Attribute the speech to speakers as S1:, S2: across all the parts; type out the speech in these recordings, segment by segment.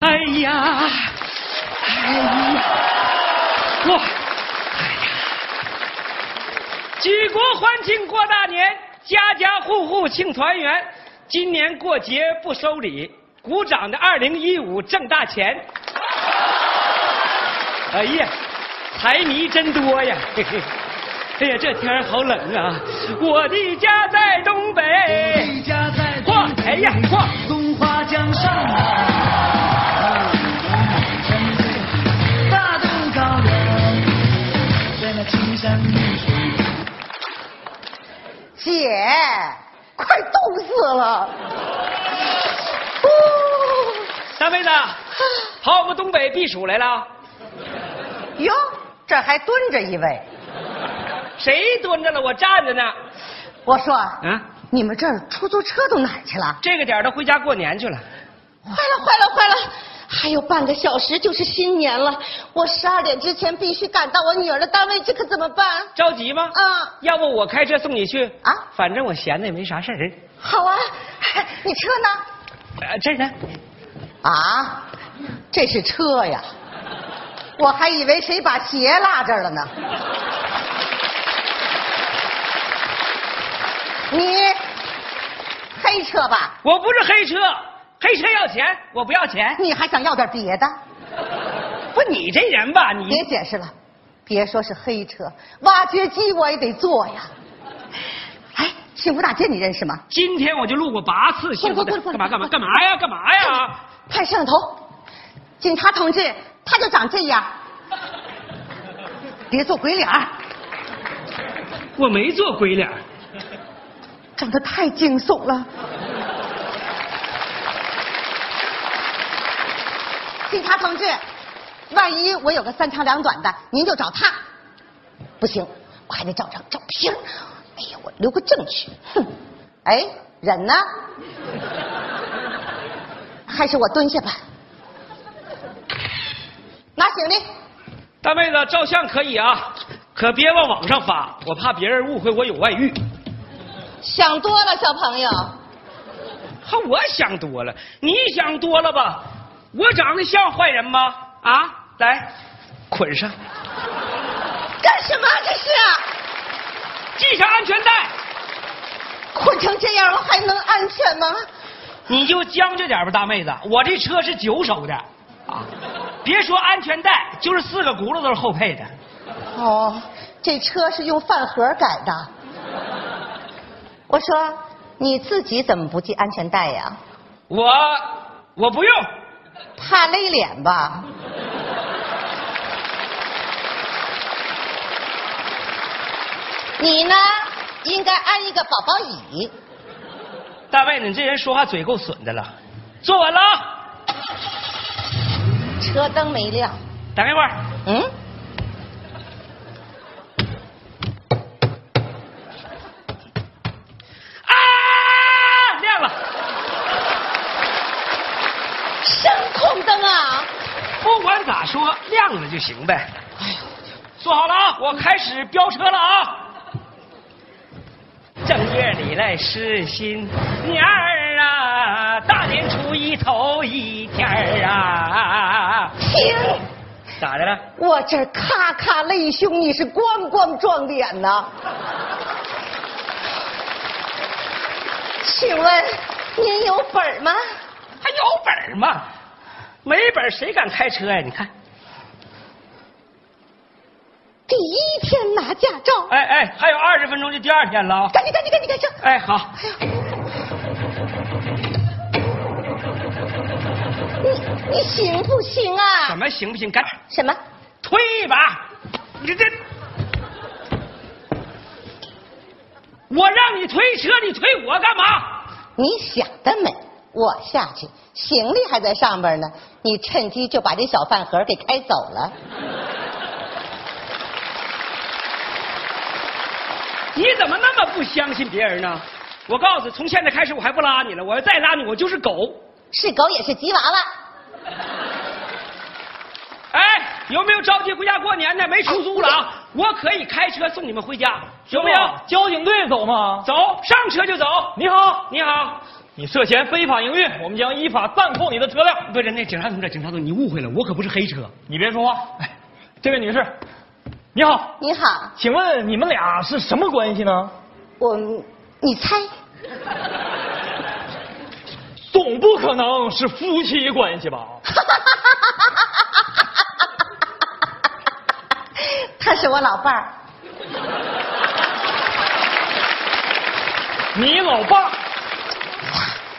S1: 哎呀，哎呀，哇，哎呀！举国欢庆过大年，家家户户庆团圆。今年过节不收礼，鼓掌的二零一五挣大钱。哎呀，财迷真多呀！嘿嘿，哎呀，这天儿好冷啊！我的家在东北，
S2: 一家在东
S1: 嚯，哎呀，嚯！
S2: 东花江上啊，大东高原，在那青山绿水。
S3: 姐，快冻死了！哦，
S1: 三 妹子，跑我们东北避暑来了？
S3: 哟，这还蹲着一位。
S1: 谁蹲着了？我站着呢。
S3: 我说，
S1: 啊，
S3: 你们这儿出租车都哪儿去了？
S1: 这个点儿都回家过年去了。
S3: 坏了，坏了，坏了！还有半个小时就是新年了，我十二点之前必须赶到我女儿的单位，这可怎么办？
S1: 着急吗？
S3: 啊
S1: 要不我开车送你去
S3: 啊
S1: 反正我闲的也没啥事儿。
S3: 好啊，你车呢？
S1: 呃，这儿呢？
S3: 啊，这是车呀，我还以为谁把鞋落这儿了呢。你黑车吧？
S1: 我不是黑车，黑车要钱，我不要 钱。
S3: 你还想要点别的？
S1: 不，你这人吧，你
S3: 别解释了，别说是黑车，挖掘机我也得坐呀。哎，幸福大街你认识吗？
S1: 今天我就录过八次幸福
S3: 过来
S1: 的，
S3: 过来
S1: 干嘛
S3: 过
S1: 干
S3: 来
S1: 嘛干嘛呀？干嘛哎 呀？
S3: 看摄像头，警察同志他就长这样，别做鬼脸儿。嗯
S1: 我没做鬼脸儿，
S3: 长得太惊悚了。警察同志，万一我有个三长两短的，您就找他。不行，我还得找张照片儿。哎呀，我留个证据。哼，哎，人呢？还是我蹲下吧。拿行李，
S1: 大妹子照相可以啊，可别往网上发，我怕别人误会我有外遇。
S3: 想多了，小朋友。
S1: 哈，我想多了，你想多了吧？我长得像坏人吗？啊，来，捆上，
S3: 干什么？这是
S1: 系上安全带，
S3: 捆成这样，我还能安全吗？
S1: 你就将就点吧，大妹子，我这车是九手的，啊，别说安全带，就是四个轱辘都是后配的。
S3: 哦，这车是用饭盒改的。我说，你自己怎么不系安全带呀？
S1: 我我不用，
S3: 怕勒脸吧？你呢，应该安一个宝宝椅。
S1: 大妹子，你这人说话嘴够损的了。坐稳了啊，
S3: 车灯没亮，
S1: 等一会儿，
S3: 嗯？
S1: 啊，亮了。
S3: 声控灯啊！
S1: 不管咋说，亮了就行呗。哎呦，坐好了啊，我开始飙车了啊！正月里来是新年儿啊，大年初一头一天儿啊，
S3: 停！
S1: 咋的了？
S3: 我这儿咔咔泪胸，你是咣咣撞脸呐？请问您有本儿吗？
S1: 还有本儿吗？没本儿谁敢开车呀、你看，
S3: 第一天拿驾照，
S1: 哎哎，还有二十分钟就第二天了啊！
S3: 赶紧赶紧赶紧赶紧！
S1: 哎，好，
S3: 你你行不行啊？
S1: 怎么行不行？赶紧
S3: 什么？
S1: 推一把，你这，我让你推车，你推我干嘛？
S3: 你想得美！我下去，行李还在上边呢，你趁机就把这小饭盒给开走了。
S1: 你怎么那么不相信别人呢？我告诉你，从现在开始我还不拉你了，我要再拉你，我就是狗。
S3: 是狗也是吉娃娃，
S1: 哎，有没有着急回家过年的？没出租了啊？我可以开车送你们回家，有没有？
S4: 交警队走吗？
S1: 走，上车就走。
S4: 你好，
S1: 你好，
S4: 你涉嫌非法营运，我们将依法暂扣你的车辆。
S1: 不是，那警察同志，警察同志，你误会了，我可不是黑车。
S4: 你别说话。哎，这位女士，你好，
S3: 你好，
S4: 请问你们俩是什么关系呢？
S3: 我，你猜？
S4: 总不可能是夫妻关系吧？
S3: 他是我老伴儿，
S4: 你老爸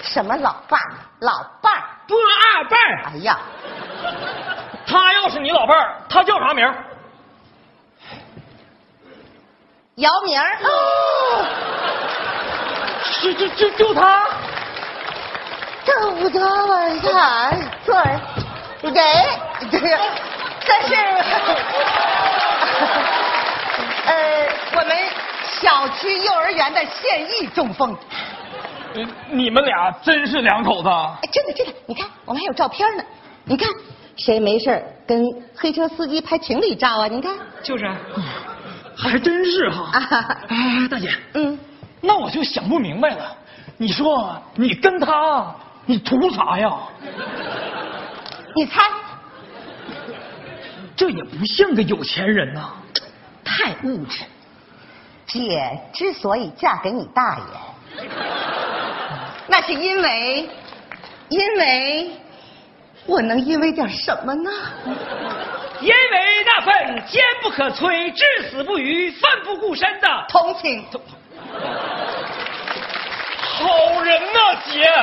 S3: 什么老伴儿？老伴儿？
S1: 不二辈儿，
S3: 哎呀，
S4: 他要是你老伴儿，他叫啥名儿？
S3: 姚明儿。
S4: 就就就就他，
S3: 这不多往下做人，这是，但是，呃，我们小区幼儿园的现役中风，
S4: 呃你们俩真是两口子啊。
S3: 哎，真的真的，你看我们还有照片呢，你看谁没事儿跟黑车司机拍情侣照啊？你看
S1: 就是啊，还真是哈。
S3: 啊，
S1: 哎，大姐，
S3: 嗯，
S4: 那我就想不明白了，你说你跟他，你图啥呀？
S3: 你猜，
S4: 这也不像个有钱人呐、
S3: 太物质。姐之所以嫁给你大爷， 那是因为，因为我能因为点什么呢？
S1: 因为那份坚不可摧、至死不渝、奋不顾身的
S3: 同情。
S4: 好人呐、姐，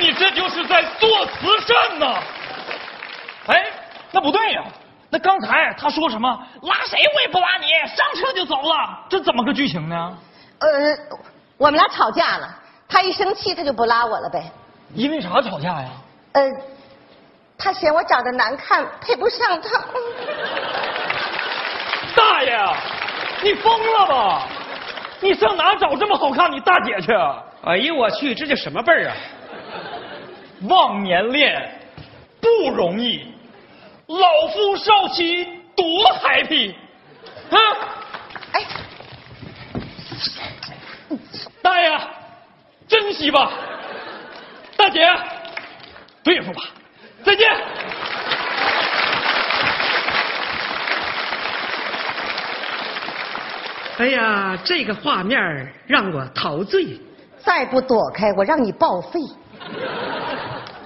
S4: 你这就是在做慈善呐、哎，那不对呀、那刚才他说什么拉谁我也不拉你，上车就走了，这怎么个剧情呢？
S3: 呃，我们俩吵架了，他一生气他就不拉我了呗。
S4: 因为啥吵架呀？
S3: 呃，他嫌我长得难看，配不上他。
S4: 大爷，啊你疯了吧？你上哪找这么好看你大姐去？啊
S1: 哎呦我去，这叫什么辈儿啊？
S4: 忘年恋不容易，老夫少妻多 happy 啊！
S3: 哎，
S4: 大爷，啊珍惜吧，大姐，啊对付吧，再见。
S1: 哎呀，这个画面儿让我陶醉。
S3: 再不躲开，我让你报废。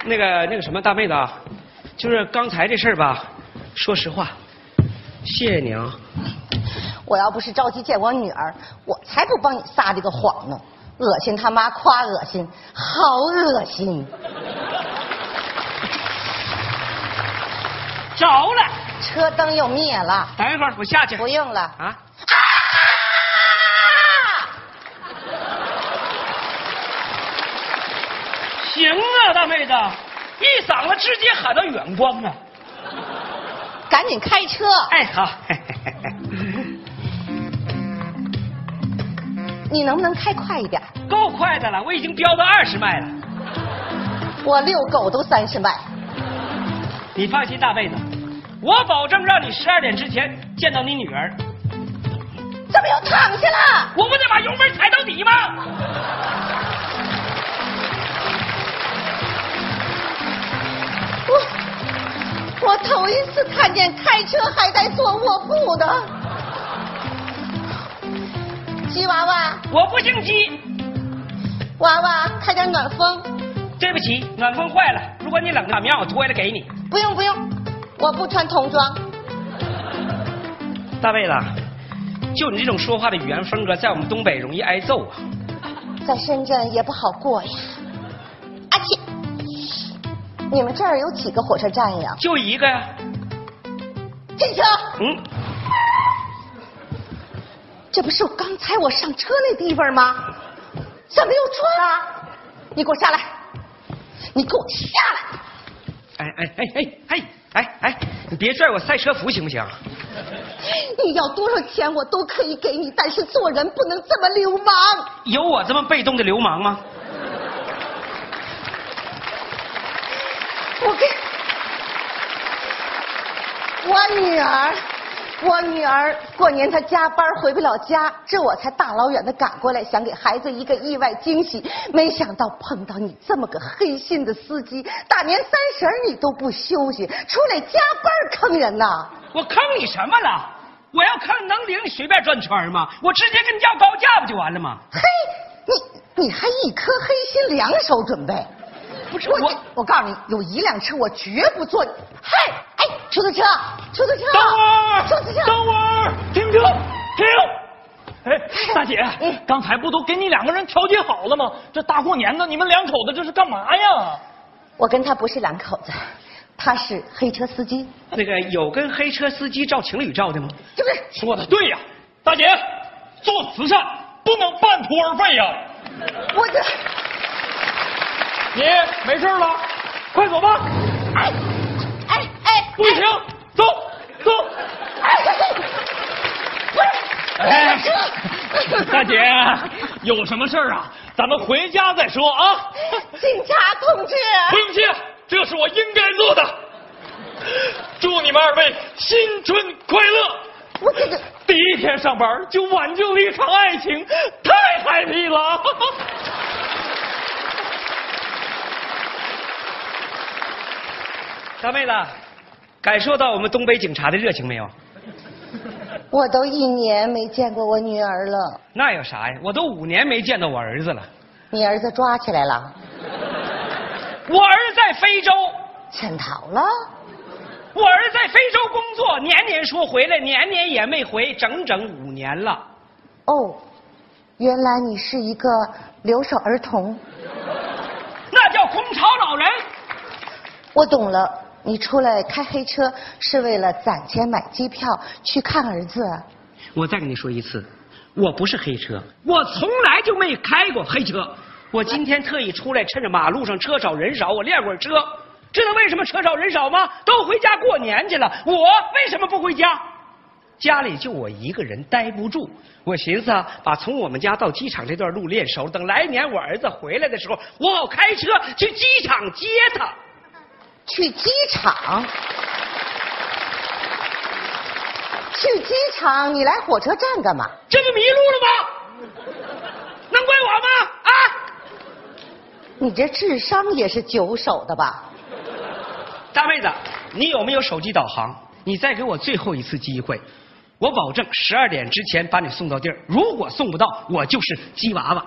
S1: 那个那个什么，大妹子啊，就是刚才这事儿吧，说实话，谢谢你啊。
S3: 我要不是着急见我女儿，我才不帮你撒这个谎呢。恶心他妈，夸恶心，好恶心！
S1: 着了，
S3: 车灯又灭了，
S1: 等一会儿我下去。
S3: 不用了。
S1: 啊，行啊，大妹子，一嗓子直接喊到远光啊！
S3: 赶紧开车！
S1: 哎，好，
S3: 你能不能开快一点？
S1: 够快的了，我已经飙到二十迈了。
S3: 我遛狗都三十迈。
S1: 你放心，大妹子，我保证让你十二点之前见到你女儿。
S3: 怎么又躺下了？
S1: 我不得把油门踩到底吗？
S3: 我我头一次看见开车还带坐卧铺的。吉娃娃，
S1: 我不姓姬。
S3: 娃娃，开点暖风。
S1: 对不起，暖风坏了。如果你冷的，把棉袄脱下来给你。
S3: 不用不用，我不穿童装。
S1: 大妹子，就你这种说话的语言风格，在我们东北容易挨揍啊！
S3: 在深圳也不好过呀。阿嚏！你们这儿有几个火车站呀？
S1: 就一个呀，
S3: 进车！
S1: 嗯，
S3: 这不是刚才我上车那地方吗？怎么又错了？你给我下来！你给我下来！
S1: 哎哎哎哎哎哎哎，你别拽我赛车服行不行？
S3: 你要多少钱我都可以给你，但是做人不能这么流氓。
S1: 有我这么被动的流氓吗？
S3: 我跟，我女儿我女儿过年她加班回不了家，这我才大老远的赶过来，想给孩子一个意外惊喜。没想到碰到你这么个黑心的司机，大年三十儿你都不休息，出来加班坑人呐！
S1: 我坑你什么了？我要坑能领你随便转圈吗？我直接跟你要高价不就完了吗？
S3: 嘿，你你还一颗黑心，两手准备。
S1: 不是
S3: 我
S1: 我，
S3: 我告诉你，有一辆车我绝不坐。嘿，哎，出租车，出租车，
S4: 等会儿，
S3: 出租车，
S4: 等会儿，停车，停！哎，大姐
S3: 嗯，
S4: 刚才不都给你两个人调解好了吗？这大过年的，你们两口子这是干嘛呀？
S3: 我跟他不是两口子，他是黑车司机，
S1: 那个有跟黑车司机照情侣照的吗？
S3: 就是
S4: 说的对呀，大姐，做慈善不能半途而废呀。
S3: 我这，
S4: 你没事了，快走吧，
S3: 哎，哎哎，
S4: 不行，走走。
S3: 哎，哎不是，不是，
S4: 大姐，有什么事儿啊？咱们回家再说啊。
S3: 警察同志，啊
S1: 哎
S4: 不用谢，这是我应该做的。祝你们二位新春快乐！
S3: 我这个，
S4: 第一天上班就挽救了一场爱情，太 happy 了！
S1: 大妹子，感受到我们东北警察的热情没有？
S3: 我都一年没见过我女儿了，
S1: 那有啥呀？我都五年没见到我儿子了。
S3: 你儿子抓起来了，
S1: 我儿子在非洲，
S3: 潜逃了，
S1: 我儿子在非洲工作，年年说回来，年年也没回，整整五年了。
S3: 哦，原来你是一个留守儿童。
S1: 那叫空巢老人。
S3: 我懂了，你出来开黑车是为了攒钱买机票去看儿子。啊
S1: 我再跟你说一次，我不是黑车，我从来就没开过黑车。我今天特意出来，趁着马路上车少人少，我练会儿车。知道为什么车少人少吗？都回家过年去了，我为什么不回家？家里就我一个人待不住，我寻思啊，把从我们家到机场这段路练熟，等来年我儿子回来的时候，我好开车去机场接他。
S3: 去机场？去机场？你来火车站干嘛？
S1: 这不迷路了吗？能怪我吗？啊！
S3: 你这智商也是九手的吧？
S1: 大妹子，你有没有手机导航？你再给我最后一次机会，我保证十二点之前把你送到地儿。如果送不到，我就是鸡娃娃。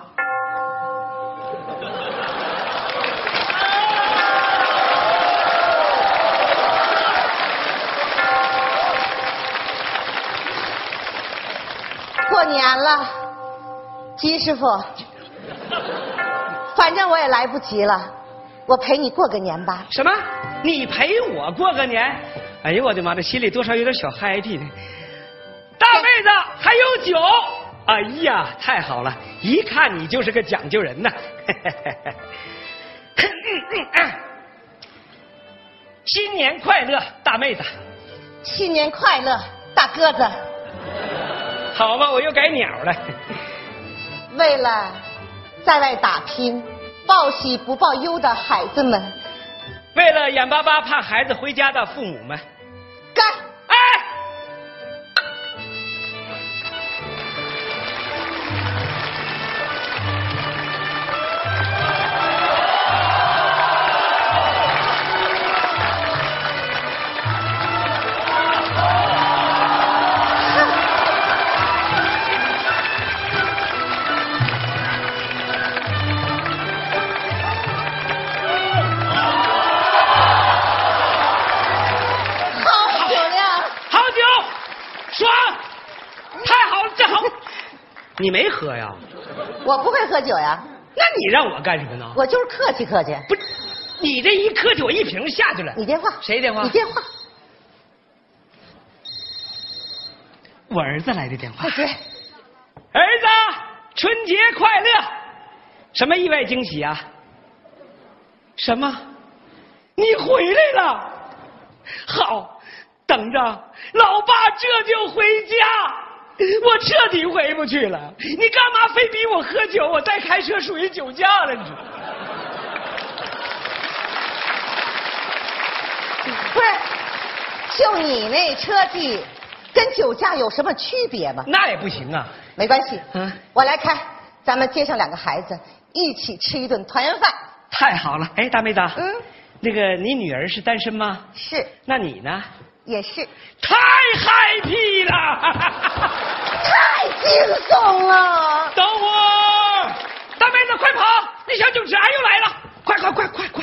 S3: 过年了，鸡师傅，反正我也来不及了，我陪你过个年吧。
S1: 什么？你陪我过个年？哎呦我的妈，这心里多少有点小 happy 呢。大妹子还有酒？哎呀，太好了！一看你就是个讲究人呐。 嗯啊新年快乐，大妹子，
S3: 新年快乐，大鸽子！
S1: 好吗？我又改鸟了。
S3: 为了在外打拼、报喜不报忧的孩子们，
S1: 为了眼巴巴盼孩子回家的父母们，
S3: 干！
S1: 哎，
S3: 好酒量！
S1: 好酒，爽，太好了，这好。 你没喝呀？
S3: 我不会喝酒呀，
S1: 那你让我干什么呢？
S3: 我就是客气客气。
S1: 不是，你这一客气，我一瓶下去了。
S3: 你电话？
S1: 谁电话
S3: 你电话？
S1: 我儿子来的电话
S3: 快。接！
S1: 儿子，春节快乐！什么意外惊喜啊？什么？你回来了？好，等着，老爸这就回家。我彻底回不去了。你干嘛非逼我喝酒？我再开车属于酒驾了，你说。
S3: 不是，就你那车技，跟酒驾有什么区别吗？
S1: 那也不行啊。
S3: 没关系，
S1: 嗯
S3: 我来开，咱们接上两个孩子一起吃一顿团圆饭。
S1: 太好了，哎，大妹子，
S3: 嗯，
S1: 那个你女儿是单身吗？
S3: 是，
S1: 那你呢？
S3: 也
S1: 嗯
S3: 是，
S1: 太 happy 了！
S3: 太惊悚了。
S1: 等会儿，大妹子快跑！那小警察又来了！快快快快快！哎